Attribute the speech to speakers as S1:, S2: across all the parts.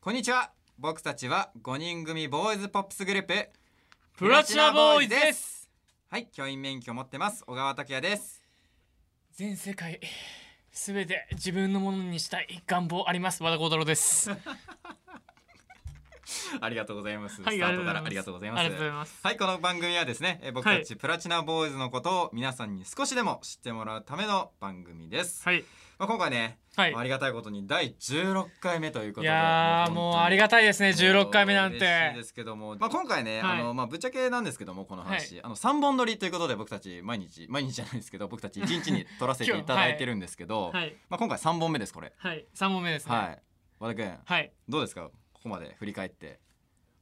S1: こんにちは僕たちは5人組ボーイズポップスグループ
S2: プラチナボーイズです
S1: はい教員免許を持ってます小川拓也です
S2: 全世界すべて自分のものにしたい願望あります和田幸太郎ですはい
S1: ありがとうございます、
S2: あり
S1: スタ
S2: が
S1: ー
S2: とう
S1: ト
S2: ござ
S1: からあり
S2: います
S1: がとうござい
S2: あ
S1: ま
S2: り
S1: す
S2: がとうございます
S1: はいこの番組はですねえー僕たちプラチナボーイズのことを皆さんに少しでも知ってもらうための番組です、
S2: はい
S1: まあ、今回ね、
S2: はい
S1: ありがたいことに第16回目ということ
S2: い
S1: で
S2: やーもうありがたいですね16回目なんて
S1: 嬉しいですけども、まあ、今回ね、
S2: はい
S1: あのまあ、ぶっちゃけなんですけどもこの話、あの3本撮りということで僕たち毎日毎日じゃないですけど僕たち1日に撮らせていただいてるんですけど
S2: はい
S1: まあ、今回3本目ですこれ、
S2: はい3問目ですね
S1: はい和田君
S2: はい
S1: どうですかここまで振り返って、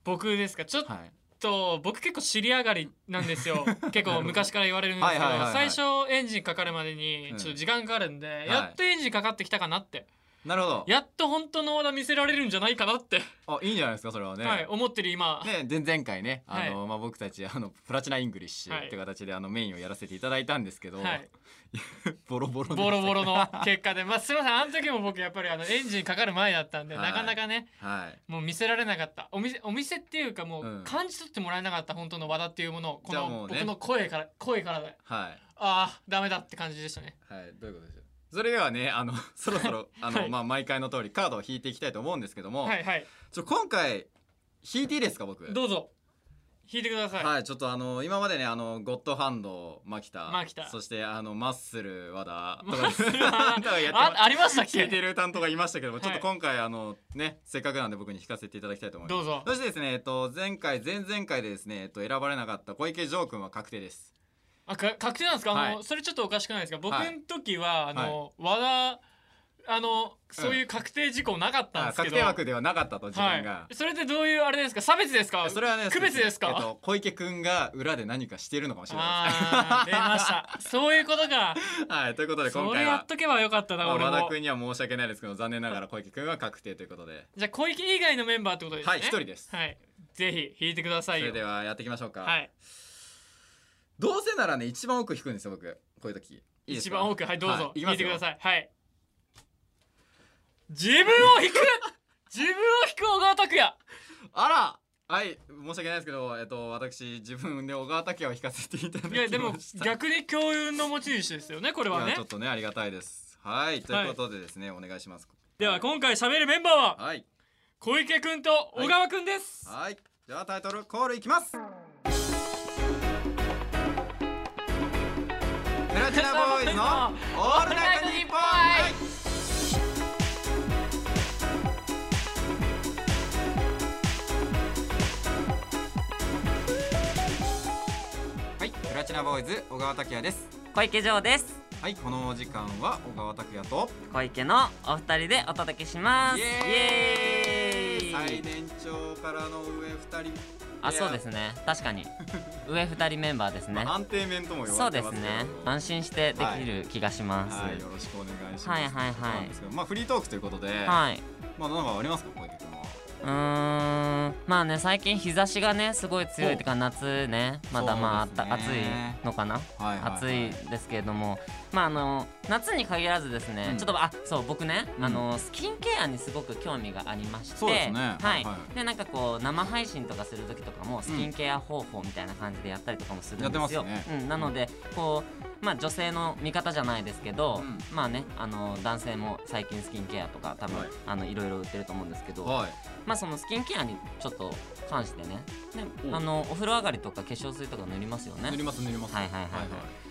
S2: 僕ですかちょっ
S1: はい、
S2: と僕結構尻上がりなんで すよ結構昔から言われるんです
S1: は
S2: け
S1: い
S2: ど
S1: はいはいはい
S2: 最初エンジンかかるまでに
S1: うん
S2: ちょっと時間かかるんでやっとエンジンかかってきたかなって
S1: なるほど
S2: やっと本当の和田見せられるんじゃないかなって
S1: あいいんじゃないですかそれはね、
S2: はい思ってる今
S1: ね、前々回ね、あ
S2: はい
S1: のまあ、僕たちあのプラチナイングリッシュって形であのメインをやらせていただいたんですけど、
S2: はい
S1: ボロボロで
S2: ボロボロの結果で、まあ、すみませんあの時も僕やっぱりあのエンジンかかる前だったんで、
S1: はい
S2: なかなかね
S1: はい
S2: もう見せられなかったお店お店っていうかも
S1: う
S2: うん感じ取ってもらえなかった本当の和田っていうものをこ
S1: じゃあ
S2: の
S1: もうね
S2: 僕の声から声からで
S1: はい
S2: ああダメだって感じでしたね
S1: はい、どういうことでしょう。それではね、あの、 そろそろ、あの、
S2: はい
S1: まあ、毎回の通りカードを引いていきたいと思うんですけども。
S2: はいはい
S1: ちょ、今回、引いていいですか、僕。
S2: どうぞ弾いてください、
S1: はい、ちょっとあの今までねあのゴッドハンド牧田
S2: 牧田
S1: そしてあのマッスル和田
S2: マッスル和
S1: と
S2: 田
S1: かやって
S2: あ
S1: ま
S2: ありましたっ
S1: 聞いて
S2: け
S1: る担当がいましたけども、ちょっ
S2: は
S1: と
S2: い
S1: 今回あのねせっかくなんで僕に引かせていただきたいと思います
S2: どうぞ
S1: そしてですねえっと前回前々回でですねえっと選ばれなかった小池ジョー君は確定です
S2: あか確定なんですか、あ
S1: は
S2: のそれちょっとおかしくないですか僕の
S1: はい
S2: 時はあの、和田あのそういう確定事項なかったん
S1: あ
S2: ですけ
S1: 確
S2: ど、
S1: 定枠ではなかったと自分が、
S2: はい、それってどういうあれですか差別ですか
S1: それはね
S2: 区別ですか
S1: えっと、小池くんが裏で何かしてるのかもしれない
S2: あー出ましたそういうことか
S1: です。 はい、ということで今
S2: それ
S1: 回
S2: やっ
S1: は、
S2: とけばよかった
S1: ま
S2: な
S1: あ、
S2: 俺
S1: 和田
S2: も
S1: くんには申し訳ないですけど残念ながら小池くんは確定ということで、
S2: じゃあ小池以外のメンバーってことですね
S1: はい一人です。
S2: はいぜひ弾いてくだ
S1: そ
S2: さい
S1: れ
S2: よ
S1: ではやっていきましょうか、
S2: はい
S1: どうせならね一番奥引くんですよ僕こういう時いいです
S2: 一
S1: か
S2: 番奥はいどう
S1: はい
S2: ぞ
S1: 行き
S2: 弾
S1: ま
S2: い
S1: す
S2: て
S1: よ
S2: くださいはい自分を 弾く自分を弾く小川拓也
S1: あらはい申し訳ないですけどえっと私自分で小川武を引かせていただきました
S2: いやでも逆に強運の持ち主ですよねこれはい
S1: や
S2: ね
S1: ちょっとねありがたいですはいということでですね、お願いします
S2: では今回喋るメンバーは
S1: はい
S2: 小池くんと小川くんです、
S1: はいじゃあタイトルコールいきますプラチナボーイズのオールナイトニッポンはいはいプラチナボーイズ小川拓也です
S3: 小池城です
S1: はいこのお時間は小川拓也と
S3: 小池のお二人でお届けします
S1: イ
S3: イエーイ
S1: 最年長からの上二人
S3: あそうですね 確かに上二人メンバーですね、
S1: まあ安定面とも言
S3: そ
S1: わ
S3: う
S1: れ
S3: で
S1: て
S3: す
S1: ます
S3: ね
S1: けど
S3: 安心してできる気がします、は
S1: はいい、よろしくお願いします。
S3: はいはいは
S1: とう
S3: い
S1: ことなんですけどまあフリートークということで、まあなんかありますか小池君は。
S3: うーんまあね最近日差しがねすごい強いっていうか夏ねまだまああった、
S1: そうで
S3: 暑
S1: す
S3: い
S1: ね
S3: のかな
S1: はは
S3: 暑いですけれどもまああの夏に限らずですね、
S1: うん
S3: ちょっとあそう僕ね、
S1: うん
S3: あのスキンケアにすごく興味がありまして
S1: そうですね
S3: はい
S1: は
S3: でなんかこう生配信とかする時とかもスキンケア方法みたいな感じでやったりとかもするんです
S1: や
S3: よ、
S1: ってます
S3: うん、なのでこうまあ女性の味方じゃないですけど、
S1: うん
S3: まあねあの男性も最近スキンケアとか多分、
S1: はい
S3: い、あのいろいろ売ってると思うんですけど、
S1: はい。
S3: まあそのスキンケアにちょっと関してね
S1: お
S3: であのお風呂上がりとか化粧水とか塗りますよね
S1: 塗ります塗ります。
S3: はいはいはいはい
S1: はい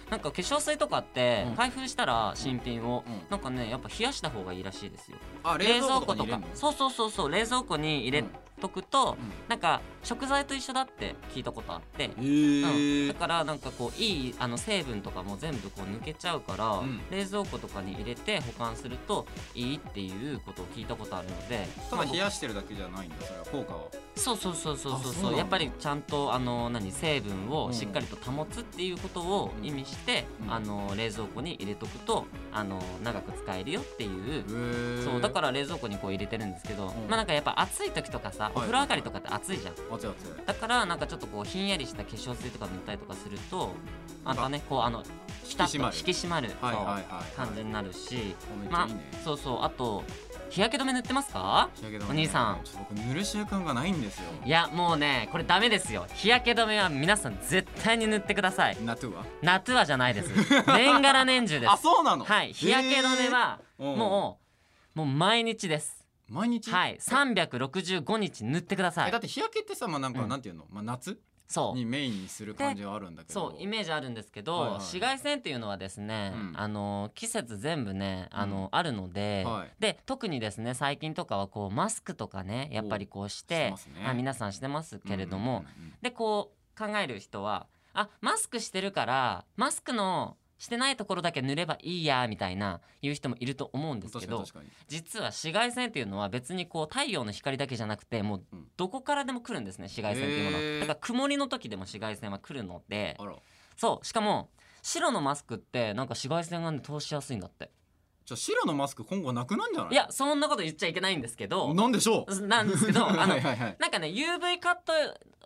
S3: なんか化粧水とかって
S1: うん
S3: 開封したら新品を、
S1: うん
S3: なんかねやっぱ冷やした方がいいらしいですよ
S1: あ冷蔵庫とかに入れるの。
S3: そうそうそうそう冷蔵庫に入れとくと、なんか食材と一緒だって聞いたことあって、
S1: え
S3: うん、
S1: ー
S3: だ。からなんかこういいあの成分とかも全部こう抜けちゃうから、
S1: ん
S3: 冷蔵庫とかに入れて保管するといいっていうことを聞いたことあるので
S1: ただ
S3: まあ
S1: 冷やしてるだけじゃないんだ。それは効果は。
S3: そうそうそうそうそ
S1: あ
S3: う
S1: そうなんだ
S3: やっぱりちゃんとあの何成分
S1: う
S3: を
S1: ん
S3: しっかりと保つっていうことを意味して、
S1: うん。
S3: あの冷蔵庫に入れとくとあの長く使えるよっていう。そうだからら冷蔵庫にこう入れてるんですけど、
S1: ん
S3: まあなんかやっぱ暑い時とかさ
S1: い
S3: お風呂上がりとかって暑いじゃん、
S1: 熱い熱い。
S3: だからなんかちょっとこうひんやりした化粧水とか塗ったりとかするとまたねこうあのピタッと
S1: 引
S3: 引
S1: き
S3: き
S1: 締
S3: 締
S1: ま
S3: ま
S1: る
S3: る
S1: はいはい
S3: そう
S1: はいはい。
S3: 感じになるし、
S1: めっちゃ
S3: ま
S1: いいね。
S3: あそうそうあと日焼け止め塗ってますか
S1: 日焼け止め
S3: お兄さん
S1: ちょっと僕塗る習慣がないんですよ
S3: いやもうねこれダメですよ日焼け止めは皆さん絶対に塗ってください
S1: ナトゥは
S3: 夏はじゃないです 年がら年中です
S1: あそうなの
S3: はい日焼け止めは
S1: えーうん
S3: もう、もう毎日です
S1: 毎日
S3: はい365日塗ってくださ
S1: えだ
S3: い
S1: って日焼けってさまあなんか
S3: うん
S1: なんていうのまあ夏
S3: そう
S1: にメインにする感じはあるんだけど
S3: そうイメージあるんですけ
S1: は
S3: ど、
S1: いはい
S3: 紫外線っていうのはですね、
S1: うん
S3: あの季節全部ねあの、あるので、
S1: はい
S3: で特にですね最近とかはこうマスクとかねやっぱりこうし
S1: して
S3: て
S1: ますね
S3: あ皆さんしてますけれども、
S1: うんうんうん
S3: でこう考える人はあマスクしてるからマスクのしてないところだけ塗ればいいやみたいな言う人もいると思うんですけ
S1: 確かに
S3: ど
S1: 確かに
S3: 実は紫外線っていうのは別にこう太陽の光だけじゃなくてもう
S1: うん
S3: どこからでも来るんですね紫外線っていうものは、
S1: へー
S3: だから曇りの時でも紫外線は来るので
S1: あら
S3: そうしかも白のマスクってなんか紫外線が、ね、通しやすいんだって
S1: じゃあ白のマスク今後なくなんじゃない
S3: いやそんなこと言っちゃいけないんです けど
S1: なんでしょう
S3: なんですけどあの
S1: はいはいはい
S3: なんかね UV カッ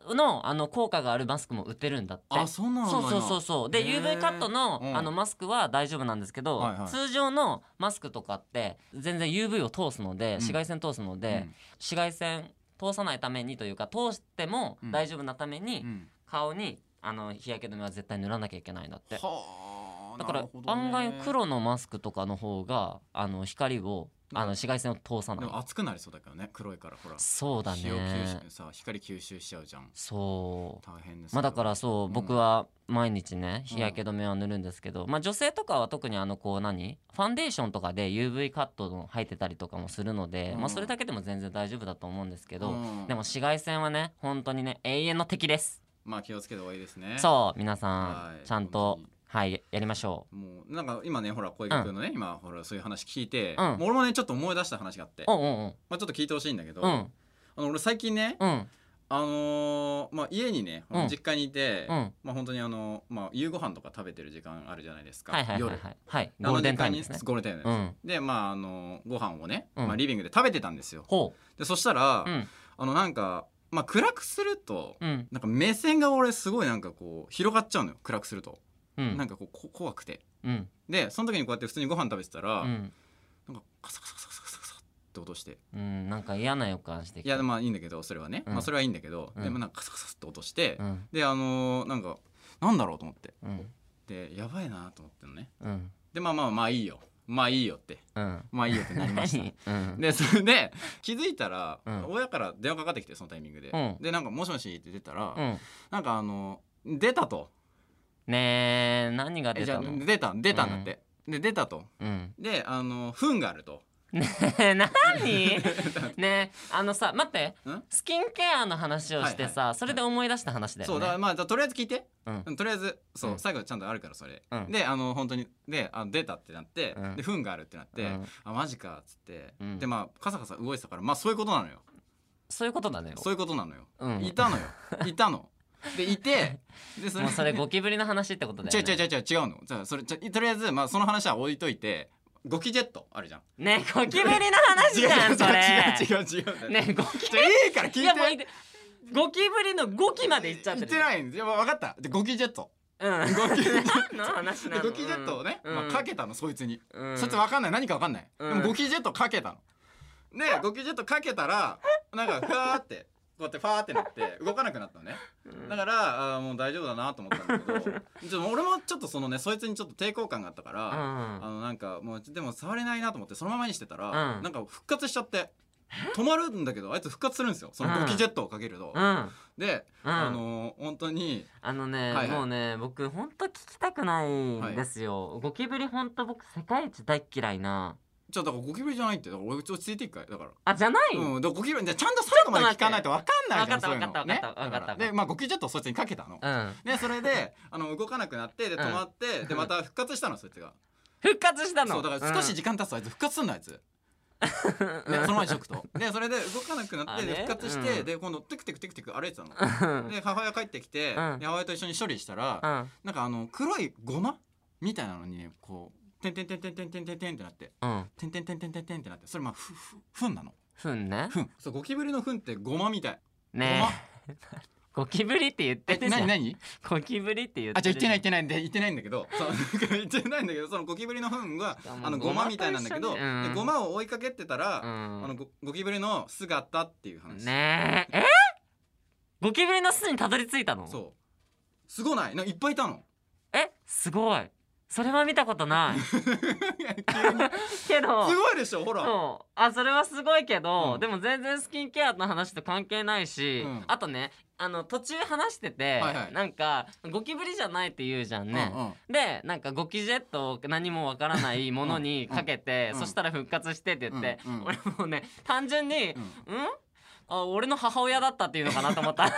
S3: トのあの効果があるマスクも売ってるんだって
S1: あそんなの
S3: そうそうそううそうで
S1: へー
S3: UV カットの,、
S1: うん
S3: あのマスクは大丈夫なんですけど、
S1: はいはい
S3: 通常のマスクとかって全然 UV を通すので
S1: ん
S3: 紫外線通すので、
S1: ん
S3: 紫外線通さないためにというか通しても
S1: うん
S3: 大丈夫なために、
S1: うん
S3: 顔にあの日焼け止めは絶対塗らなきゃいけないんだって
S1: はあ
S3: だから
S1: なるほどね
S3: 案外黒のマスクとかの方があの光をあの
S1: うん
S3: 紫外線を通さな
S1: で
S3: い
S1: も熱くなりそうだけどね黒いからほら
S3: そうだ
S1: 日を
S3: ね
S1: 吸収さ光吸収しちゃうじゃん
S3: そう
S1: 大変です
S3: まあだからそう、僕は毎日
S1: うん
S3: ね日焼け止めは塗るんですけど、まあ女性とかは特にあのこう何ファンデーションとかで UV カットの入ってたりとかもするので、
S1: うん
S3: まあそれだけでも全然大丈夫だと思うんですけ
S1: け
S3: ど、でも紫外線はね本当にね永遠の敵です
S1: まあ気をつけた方がいいですね
S3: そう皆
S1: は
S3: さん
S1: い
S3: ちゃんと
S1: 本
S3: はいやりましょう
S1: もうなんか今ねほら小池君のね、今ほらそういう話聞いて、
S3: うん
S1: もう俺もねちょっと思い出した話があって、
S3: う
S1: ま
S3: んうん
S1: あ、ちょっと聞いてほしいんだけど、
S3: うんう
S1: あ
S3: ん
S1: の俺最近ね、
S3: うん
S1: あのーまあ、家にね
S3: うん
S1: 実家にいて、
S3: うん
S1: まあ本当にあの、まあ、夕ご飯とか食べてる時間あるじゃないですか、
S3: はいはいはいは
S1: 夜
S3: いはい
S1: あ
S3: ゴー
S1: の
S3: ル
S1: 時
S3: デンタ
S1: 間
S3: イム
S1: に
S3: ですね
S1: ゴールデンタイム
S3: う
S1: です、
S3: ん
S1: でまああのご飯をね、
S3: うん
S1: まあ、リビングで食べてたんですよ
S3: ほ
S1: でそしたら、
S3: ううん
S1: あのなんか、まあ、暗くすると、
S3: うん
S1: なんか目線が俺すごいなんかこう広がっちゃうのよ暗くすると、
S3: う
S1: なん
S3: ん
S1: かこうこ怖くて
S3: うん
S1: でその時にこうやって普通にご飯食べてたら、
S3: うん
S1: なんかカサカサカサカサカサって音して
S3: うんなんか嫌な予感してき
S1: い
S3: た
S1: やまあいいんだけどそれはね、
S3: うん
S1: まあ、それはいいんだけど、
S3: うん
S1: でもなんかカサカサって音して、
S3: うん
S1: であのーなんかなんだろうと思って
S3: うん
S1: でやばいなと思ってのね
S3: うん
S1: でまあまあまあいいよまあいいよって
S3: うん
S1: まあいいよってなりました
S3: 何うん
S1: でそれで気づいたら、
S3: うん
S1: 親から電話かかってきてそのタイミングで、
S3: うん
S1: でなんか「もしもし」って出たら、
S3: うん
S1: なんかあの「出た」と
S3: ねえ
S1: 「
S3: 何が
S1: え
S3: 出
S1: じゃ
S3: た
S1: あ
S3: の
S1: 出た出たんだって」で出たと
S3: うん
S1: であの「糞があると」
S3: ね え 何ねえあのさ待って
S1: ん
S3: スキンケアの話をしてさそれで思い出した話だよね
S1: そうだからまあじゃあとりあえず聞いて、
S3: うん
S1: うんとりあえずそう、
S3: うん
S1: 最後ちゃんとあるからそれ、
S3: うん
S1: であの本当にであ出たってなって、
S3: うん
S1: で糞があるってなって、
S3: うん
S1: あマジかっつって、
S3: うん
S1: でまあカサカサ動いてたからまあそういうことなのよ
S3: そういうことだね
S1: そういうことなのよ、
S3: うん
S1: いたのよいたのでいてでそ
S3: もうそれゴキブリの話ってことだ
S1: 違う
S3: よ
S1: 違う違う
S3: ね
S1: 違う違うのじゃあそれじゃあとりあえずまあその話は置いといてゴキジェットあるじゃ ん
S3: ねえゴキブリの話じゃんそれ
S1: 違う違う違う違う違う
S3: ねえゴ
S1: じゃあいいから聞いて
S3: キいやもういいでゴキブリのゴキまでいっちゃって
S1: 言
S3: る
S1: ってないんですよ分かったでゴキジェット
S3: うん
S1: ゴキジェット
S3: 何の話
S1: で
S3: なの
S1: ゴキジェットをね、
S3: うん
S1: まあ、かけたのそいつに、
S3: うん
S1: そいつ分かんない何か分かんない、
S3: うん
S1: でもゴキジェットかけたのでゴキジェットかけたらなんかふわーってこうやってファーってなって動かなくなったのねだからあーもう大丈夫だなと思ったんだけどちょっと俺もちょっとそのねそいつにちょっと抵抗感があったから、
S3: うん
S1: あのなんかもうでも触れないなと思ってそのままにしてたら、
S3: うん
S1: なんか復活しちゃって止まるんだけどあいつ復活するんですよそのゴキジェットをかけると、
S3: うん
S1: で、
S3: うん
S1: あのー本当に
S3: あの
S1: は
S3: ね、
S1: いはい
S3: もうね僕ほんと聞きたくないんですよ、ゴキブリほんと僕世界一大っ嫌いな
S1: ちょっとだからゴキブリじゃないってだから俺落ち着いていくからだから。
S3: あじゃない、
S1: うん、でゴキブリでちゃんと最後まで聞かないとわかんないじゃん
S3: ち
S1: そ
S3: ょ
S1: う
S3: っ
S1: いう
S3: と待って
S1: の
S3: わかった
S1: ね
S3: わかったわかった
S1: だからでまあゴキジェットをそいつにかけたの、
S3: うん
S1: でそれであの動かなくなってで
S3: うん
S1: 止まって、でまた復活したのそいつが
S3: 復活したの
S1: そうだから少し時間経つとあいつ復活すんのあいつ、ね、その前にしとくとでそれで動かなくなってで
S3: あれ
S1: 復活して、
S3: うん
S1: で今度テクテクテクテク歩いてたの
S3: うん
S1: で母親帰ってきて、
S3: うん
S1: で母親と一緒に処理したら、
S3: うん
S1: なんかあの黒いゴマみたいなのにねこうてんてんてんてんてんてんてんてんってなって
S3: うん
S1: てんてんてんてんてんてんってなってそれまあふふふんなの
S3: ふんね
S1: ふんそうゴキブリのふんってゴマみたい
S3: ねゴキブリって言って
S1: え
S3: るじゃ
S1: 何
S3: ん
S1: 何
S3: ゴキブリって言ってる
S1: あじゃあ言ってない言ってないんで言ってないんだけど そう言ってないんだけどそのゴキブリの糞が
S3: しかも
S1: あの
S3: ゴ
S1: ゴ
S3: マ
S1: マ
S3: と
S1: みたいなんだけど
S3: 一緒にうん
S1: でゴマを追いかけてた
S3: う
S1: らあの
S3: ん
S1: ゴゴキブリの巣があったっていう話
S3: ねええゴキブリの巣にたどり着いたの
S1: そうすごないなんかいっぱいいたの
S3: えすごいそれは見たこと ない
S1: いや急 に
S3: けど
S1: すごいでしょほら
S3: そうあそれはすごいけど、
S1: うん
S3: でも全然スキンケアの話と関係ないし、
S1: うん
S3: あとねあの途中話してて、
S1: はいはい
S3: なんかゴキブリじゃないって言うじゃんね、
S1: うんうん
S3: でなんかゴキジェットを何もわからないものにかけて、
S1: うん
S3: そしたら復活してって言って、
S1: うんうん
S3: 俺もうね単純に
S1: うん
S3: 「うんあ俺の母親だったっていうのかなと思った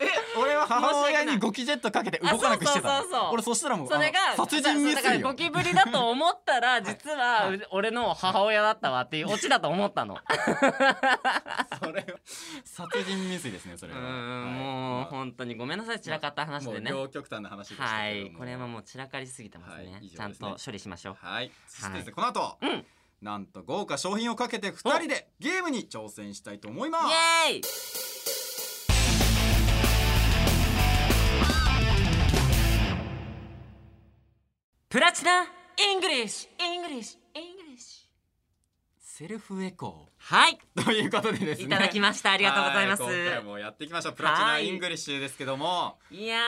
S1: え俺は母親にゴキジェットかけて動かなくしてたの
S3: あそうそうそうそう
S1: 俺そしたらもう
S3: それ
S1: あの
S3: が
S1: 殺人未
S3: だから
S1: 遂よ
S3: ゴキブリだと思ったら実は
S1: は
S3: う俺の母親だったわっていうオチだと思ったの
S1: それは殺人未遂ですねそれ
S3: う
S1: は
S3: ん
S1: は
S3: もう
S1: い
S3: 本当にごめんなさい散らかった話
S1: も
S3: で
S1: う
S3: ね
S1: 両極端な話でした
S3: は
S1: けど
S3: い
S1: も
S3: これはもう散らかりすぎてますね,、
S1: はい以上ですね
S3: ちゃんと処理しましょう
S1: はいそしてです
S3: は
S1: ねこの後
S3: うん
S1: なんと豪華賞品をかけて2人でゲームに挑戦したいと思います
S3: イエーイプラチナイングリッシュイングリッシュイングリッシュ
S1: セルフエコ
S3: はい
S1: ーということでですね
S3: いただきましたあ
S1: あ
S3: りがとうございます
S1: 今回もやっていきましょうプラチナイングリッシュですけども
S3: いや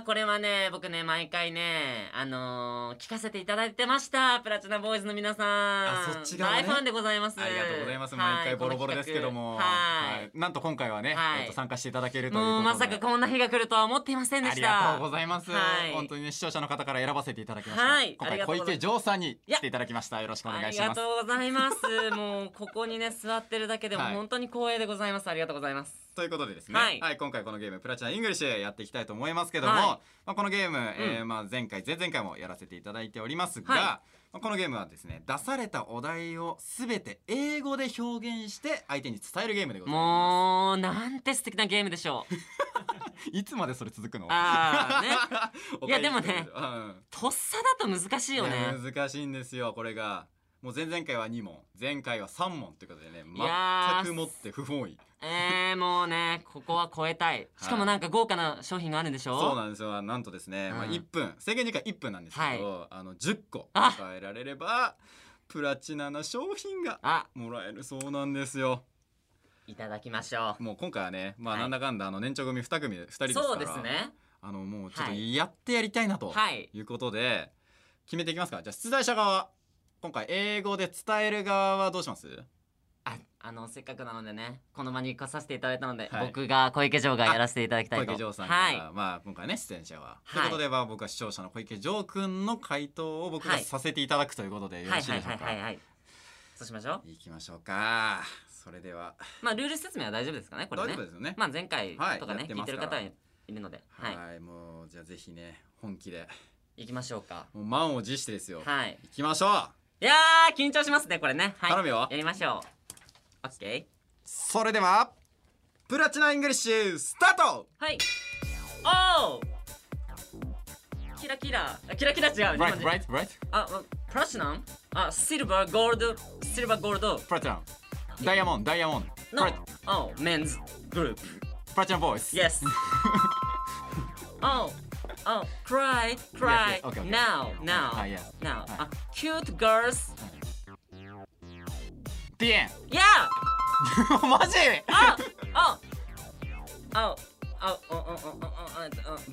S3: ーこれはね僕ね毎回ねあのー、聞かせていただいてましたプラチナボーイズの皆さん
S1: あそっち側ね
S3: 大ファンでございます
S1: ありがとうございます
S3: は
S1: 毎回ボロボロですけども
S3: この企画はい
S1: はいなんと今回はね
S3: はい
S1: えっと参加していただけるということ
S3: も
S1: で
S3: うまさかこんな日が来るとは思っていませんで
S1: あ
S3: し
S1: り
S3: た
S1: がとうございます、
S3: はい
S1: 本当にね視聴者の方から選ばせていただきました、
S3: はい
S1: 今
S3: あり
S1: 回
S3: がと
S1: 小
S3: うございます
S1: 池城さんに来ていただきましたよろしくお願いします
S3: ありがとうございます。もうここにね座ってるだけでも
S1: はい
S3: 本当に光栄でございます。ありがとうございます。
S1: ということでですね、
S3: はい
S1: 今回このゲームプラチナイングリッシュやっていきたいと思いますけども、
S3: はい
S1: まあ、このゲーム、えーまあ、前回前々回もやらせていただいておりますが、
S3: はい
S1: まあこのゲームはですね出されたお題をすべて英語で表現して相手に伝えるゲームでございま
S3: もうなんて素敵なゲームでしょう。
S1: すいつまでそれ続くの
S3: ああね。
S1: お
S3: いや
S1: 返
S3: で
S1: し
S3: も
S1: ください
S3: ね
S1: うん
S3: とっさだと難しいよ
S1: い
S3: ね。
S1: や難しいんですよこれがもう前々回は2問前回は3問ということでね
S3: いやー
S1: 全くもって不本意
S3: えー、もうねここは超えたい。しかもなんか豪華な商品があるんでしょ。
S1: そうなんですよなんとですね、まあ、
S3: うん
S1: 1分制限時間1分なんですけど、あの10個
S3: あ
S1: 答えられればプラチナな商品が
S3: あ
S1: もらえるそうなんですよ
S3: いただきましょ
S1: もう今回はね、まあ、
S3: はい
S1: なんだかんだあの年長組2組で2人
S3: う。
S1: ですから
S3: そうですね。
S1: あのもうちょっ
S3: は
S1: と
S3: い
S1: やってやりたいなと
S3: はい。
S1: いうことで、決めていきますかじゃあ出題者側今回英語で伝える側はどうします
S3: ああのせっかくなのでねこの場に来させていただいたので、
S1: はい
S3: 僕が小池城がやらせていただきたい
S1: 小
S3: と
S1: 池城さんが、
S3: はい
S1: まあ今回ね出演者は、
S3: はい
S1: ということでまあ僕は視聴者の小池城くんの回答を僕
S3: は
S1: が
S3: い
S1: させていただくということでよ
S3: は
S1: ろ
S3: い
S1: しい
S3: はい
S1: でしょう
S3: はい
S1: か、
S3: はいはいそうしましょう
S1: いきましょうかそれでは、
S3: まあルール説明は大丈夫ですかねこれ
S1: 大
S3: ね
S1: 丈夫ですよね
S3: まあ前回とか
S1: はいや
S3: ね、
S1: って
S3: 聞い
S1: ます
S3: てる
S1: から
S3: 方いるので、は、
S1: はいい、もうじゃあぜひね本気で
S3: 行きましょうか。
S1: もう満を持してですよ、
S3: はい。
S1: い、きましょう
S3: いやー緊張しますねこれね。はい。
S1: 頼むよ
S3: やりましょう。オッケ
S1: それではプラチナイングリッシュスタート
S3: ー。はい。おー。キラキラ、あキラキラ違う。日本人
S1: t right
S3: あ、あプラチナム、あ、シルバー、ゴールド、シルバーゴールド
S1: プラチナダイヤモンダイヤモン
S3: の、おメンズグループ。
S1: プラチナボイス
S3: Yes. oh, oh, cry, cry
S1: yes, okay, okay.
S3: now, now,
S1: Ah, yes.
S3: now.
S1: Ah.
S3: Uh, cute girls.
S1: The end
S3: や あ
S1: マジ
S3: ああああおおおおおおお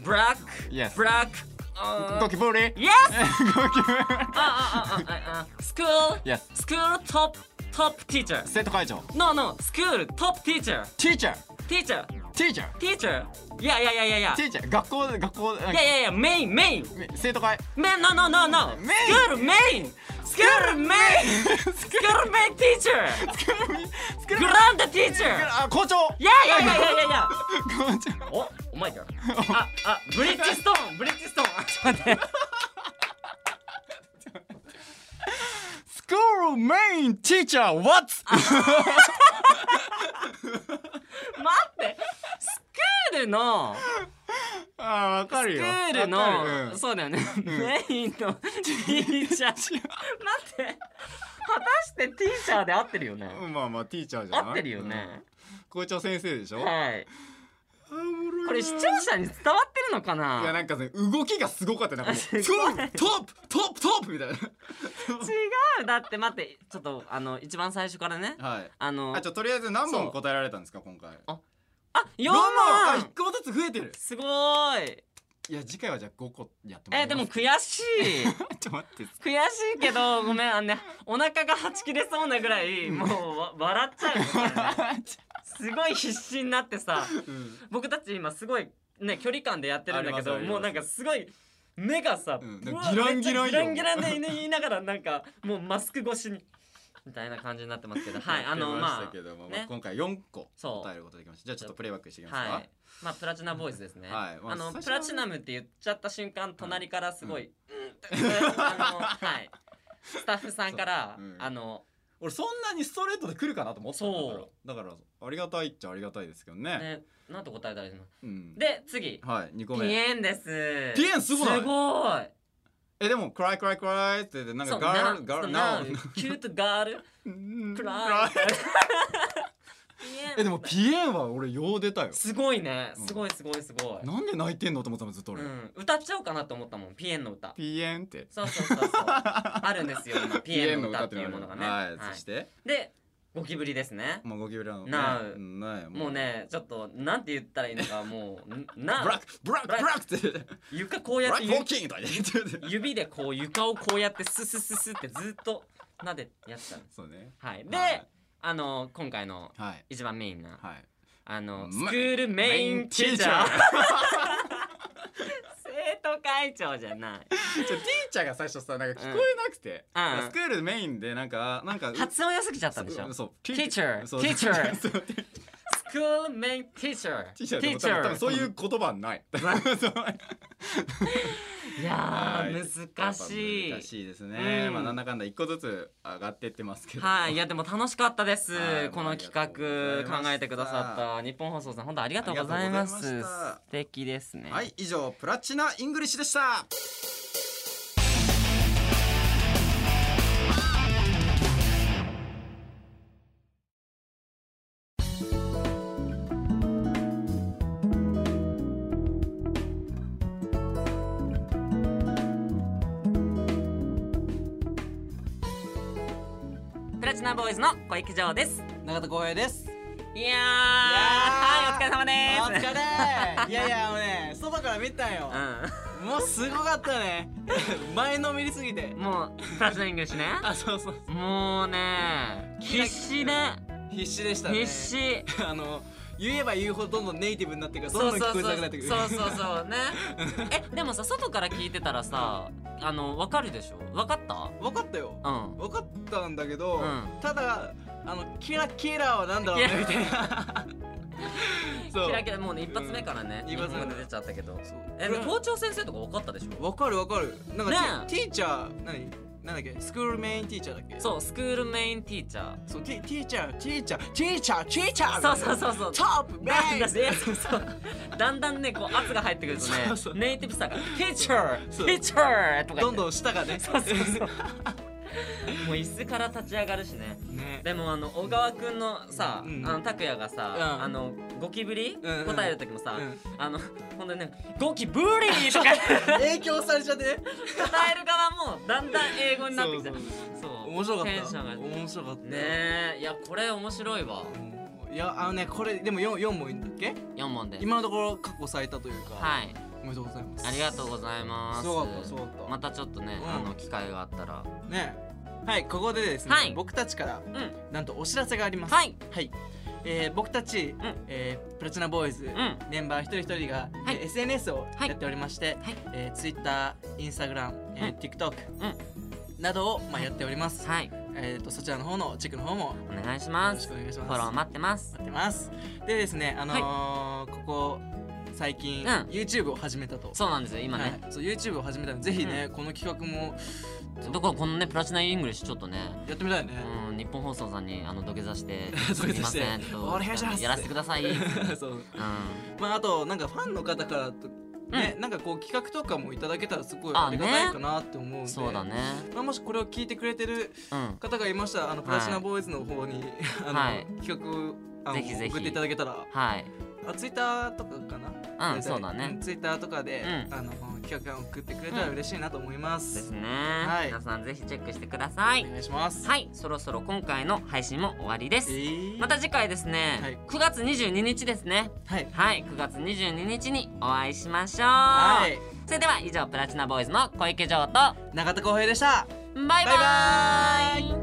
S3: ブラック
S1: Yes
S3: ブラックあ
S1: ゴキブリ
S3: Yes
S1: ゴキブリ
S3: あああああスクール
S1: Yes
S3: スクールトップトップティーチャー
S1: 生徒会長
S3: No no スクールトップティーチャー
S1: ティーチャー
S3: ティーチャー
S1: ティーチャー
S3: ティーチャーいやいやいやいやいや
S1: ティーチャー学校学校
S3: いやいやいやメインメイン
S1: 生徒会
S3: メン no no no no ス
S1: メイン
S3: クールメインスクールメインスクールメインティーチャーグランドティーチャー
S1: あ校長
S3: いやいやいやいやいやいや
S1: 校長
S3: お、お前じゃ ん。あ、あ、ブリッジストーン、ブリッジストーン。あちょっと待って。
S1: スクールメインティーチャー What?
S3: 待って。スクールの、
S1: あーわかる
S3: ス
S1: よ
S3: クール
S1: わかるう
S3: の、
S1: ん
S3: そうだよね。メインのティーチャー。待って。果たしてティーチャーで合ってるよね
S1: うんまあまあティーチャーじゃない
S3: 合ってるよね、
S1: うん校長先生でしょあ
S3: はい
S1: ーおもろいな
S3: これ視聴者に伝わってるのかない
S1: やなんかね動きがすごか ったなんかもうト
S3: すごい
S1: ップトップトップトップみたい
S3: 違うだって待ってちょっとあの一番最初からね
S1: なはい
S3: あの
S1: あちょとりあえず何
S3: そ
S1: 問
S3: う
S1: 答えられたんですか今回
S3: あ
S1: 四
S3: 四
S1: あ
S3: 問
S1: 1個ずつ増えてる
S3: すごーい
S1: いや次回はじゃあ5個やってもら
S3: え
S1: いま
S3: ですも悔 しい
S1: ちょっと待 って
S3: 悔しいけどごめんあのねお腹がはち切れそうなぐらいもうわ笑っちゃうよこれねすごい必死になってさ
S1: うん
S3: 僕たち今すごいね距離感でやってるんだけ
S1: ありますあり
S3: ど
S1: ます
S3: もうなんかすごい目がさ、
S1: うん
S3: ブワ
S1: ギランギランよ
S3: めっちゃギランギランで言いながらなんかもうマスク越しにみたいな感じになってますけどはい
S1: や
S3: あ
S1: って
S3: の
S1: まし
S3: ま
S1: たけども
S3: ね
S1: まあ今回4個
S3: そう
S1: 答えることができましたじゃあちょっとプレイバックしていき
S3: あ
S1: ます
S3: は
S1: か
S3: いまあプラチナボーイズですね、
S1: はいまあ
S3: あの
S1: 最初は
S3: プラチナムって言っちゃった瞬間隣からすごい、うんってあのはいスタッフさんから、
S1: そううん
S3: あの
S1: 俺そんなにストレートで来るかなと思ったんだから
S3: そ
S1: だからありがたいっちゃありがたいですけどね
S3: ねなんて答えたらいいの
S1: うん
S3: で次
S1: はい2個
S3: ピ
S1: 目
S3: エンです
S1: ピエンすごない
S3: すごい
S1: えでも「クライクライクライ」って言ってなん
S3: そ
S1: か
S3: う
S1: ガー
S3: な
S1: ルガー
S3: そ
S1: ル
S3: う
S1: ナ
S3: な
S1: ウ
S3: キュートガール
S1: うん
S3: く
S1: 暗
S3: ら
S1: い
S3: い
S1: えでもピエンは俺よう出たよ
S3: すごいね
S1: うん
S3: すごいすごいすごい、
S1: なんで泣いてんのと思ってたもんずっと
S3: う
S1: 俺
S3: ん、歌っちゃおうかなと思ったもんピエンの歌
S1: ピエンって
S3: そうそうそうそうあるんですよ今ピエンの歌っていうものがね
S1: はい、
S3: は
S1: そし
S3: い、
S1: て
S3: でゴキブリですね
S1: もうゴキブリなの
S3: なあ
S1: うんない
S3: もうねちょっとなんて言ったらいいのかもう
S1: ブラッ
S3: な
S1: クブラックブ
S3: ブラ
S1: ラ
S3: ック
S1: ックって
S3: 床こう
S1: ブ
S3: や
S1: ラ
S3: っ
S1: ッ
S3: て
S1: クウ
S3: ゆ
S1: ォーキングとか言ってて
S3: 指でこう床をこうやってススススってずっとなでやってたんです
S1: そうね
S3: はいで、
S1: はい
S3: あの今回の
S1: はい
S3: 一番メインな
S1: はい
S3: あのス
S1: ま
S3: クールメインティーチャー生徒会長じゃな い
S1: ちょティーチャーが最初さなんか聞こえなくて、
S3: うんうん
S1: スクールメインでなんかなんか
S3: 発音良すぎちゃったんでしょ
S1: そう
S3: ス
S1: そうテ
S3: Teacher
S1: そう
S3: Teacher
S1: そうテ
S3: クールメインティーチ
S1: ィ
S3: ャー
S1: ーチャーでも多分多分そういう言葉は ないそう
S3: いや
S1: はい
S3: ー難しい
S1: 難しいですね、
S3: うん
S1: まあなんだかんだ一個ずつ上がってってますけど
S3: はいいやでも楽しかったです
S1: はい
S3: この企画考えてくださった日本放送さん本当ありがとうございます
S1: ありがとうございました
S3: 素敵ですね
S1: はい以上プラチナイングリッシュでした
S3: プラチナボーイズの小池城です
S4: 永田光平です
S3: いやーはいお疲れ様
S4: お
S3: で
S4: 疲
S3: す
S4: れいやいやもうね外から見たよもうすごかったね 前のめりすぎて
S3: うんもうプラチナイングリッシュね
S4: あそうそう
S3: もうね必死ね
S4: 必死でしたね
S3: 必死
S4: あの言えば言うほどどんどんネイティブになってくるから
S3: そ
S4: ど
S3: うん
S4: ど
S3: そ
S4: ん聞
S3: うそ
S4: こ
S3: う
S4: え
S3: そう
S4: づらくなってくる
S3: そうそうねえでもさ外から聞いてたらさあのわかるでしょわかった
S4: 分かったよ
S3: うん
S4: 分かったんだけど、
S3: うん
S4: ただあのキラキラはなんだろうね
S3: キラ
S4: みたい なそう
S3: キラキラもうね一発目からね
S4: うん
S3: 日
S4: 一
S3: 本
S4: 発目
S3: 語で出ちゃったけど
S4: そう
S3: え
S4: これ
S3: 校長先生とかわかったでしょ
S4: わかるわかるなんか
S3: ねえ
S4: ティティーチャー何なんだっけスクールメインティーチャーだっけ
S3: そうスクールメインティーチャー
S4: そうティティーチャーティーチャーティーチャーティーチャー
S3: そうそうそうそう
S4: トップメ
S3: だん
S4: イ
S3: だ
S4: ン
S3: んねそうそうだんだんねこう圧が入ってくるとね
S4: そうそう
S3: ネイティブさが「ティーチャーテ
S4: そう
S3: ィーチャー」とか言
S4: ど
S3: っ
S4: ん
S3: て
S4: どん下がね
S3: そうそうそうもう椅子から立ち上がるしね
S4: ね
S3: でもあの小川くんのさ、
S4: うん
S3: あの拓也がさ、
S4: うん
S3: あのゴキブリ、
S4: うんうん
S3: 答える時もさ、
S4: うん
S3: あのほんでねゴキブリとか答
S4: 影響されちゃってね
S3: える側もだんだん英語になってきて
S4: そうそう
S3: そう
S4: 面白かっ
S3: テンション
S4: た
S3: が
S4: 面白かった
S3: ねえいやこれ面白いわ
S4: うんいやあのねこれでも 4, 4問いんだっけ
S3: 4問で
S4: 今のところ過去最多というか、
S3: はい
S4: おめでとうございます
S3: ありがとうございます
S4: すごかったすごかった
S3: またちょっとね、
S4: うん
S3: あの機会があったら
S4: ねはいここでですね、
S3: はい
S4: 僕たちから
S3: う
S4: なんとお知らせがあります
S3: はい
S4: はい、えー、僕たち、えープラチナボーイズ、
S3: ん
S4: メンバー一人一人が、
S3: はい
S4: えー SNS を
S3: はい
S4: やっておりまして、
S3: はい
S4: えー、Twitter、Instagram、えー
S3: うん
S4: TikTok、などを、まあ、やっております、
S3: はい
S4: えー、とそちらの方のチェックの方も
S3: お願いし
S4: よ
S3: ま
S4: ろし
S3: す
S4: くお願いします
S3: フォロー待ってます
S4: 待ってますでですねあのーここ最近、
S3: うん
S4: YouTube を始めたと
S3: そうなんですよ今ね、
S4: はい、そう YouTube を始めたのでぜひね、この企画も
S3: どこかこのねプラチナイングリッシュちょっとね、
S4: やってみたいね、
S3: うん、日本放送さんにあの土下座して「
S4: 土下座して
S3: すいませんちょっと
S4: お願いします
S3: やらせてください」うん、
S4: そうまああとなんかファンの方からとね、なんかこう企画とかもいただけたらすごいありがたいかなって思うんで
S3: そうだね
S4: まあ、もしこれを聞いてくれてる
S3: うん
S4: 方がいましたらあのプラチナボーイズの方に、あの
S3: はい
S4: 企画あの
S3: ぜひぜひ
S4: 送っていただけたら
S3: はい
S4: あツイッターとかかな
S3: うんそうだね
S4: ツイッターとかで、
S3: うん
S4: あの企画案送ってくれたら嬉しいなと思いま、
S3: ですすね、
S4: い
S3: 皆さんぜひチェックしてください
S4: お願いします、
S3: はいそろそろ今回の配信も終わりで
S4: え
S3: す
S4: ー
S3: また次回です
S4: は
S3: ね
S4: い
S3: 9月22日ですね
S4: はい
S3: はい9月22日にお会いしましょう
S4: はい
S3: それでは以上プラチナボーイズの小池城と
S4: 永田浩平でした
S3: バイバ
S4: バ
S3: イ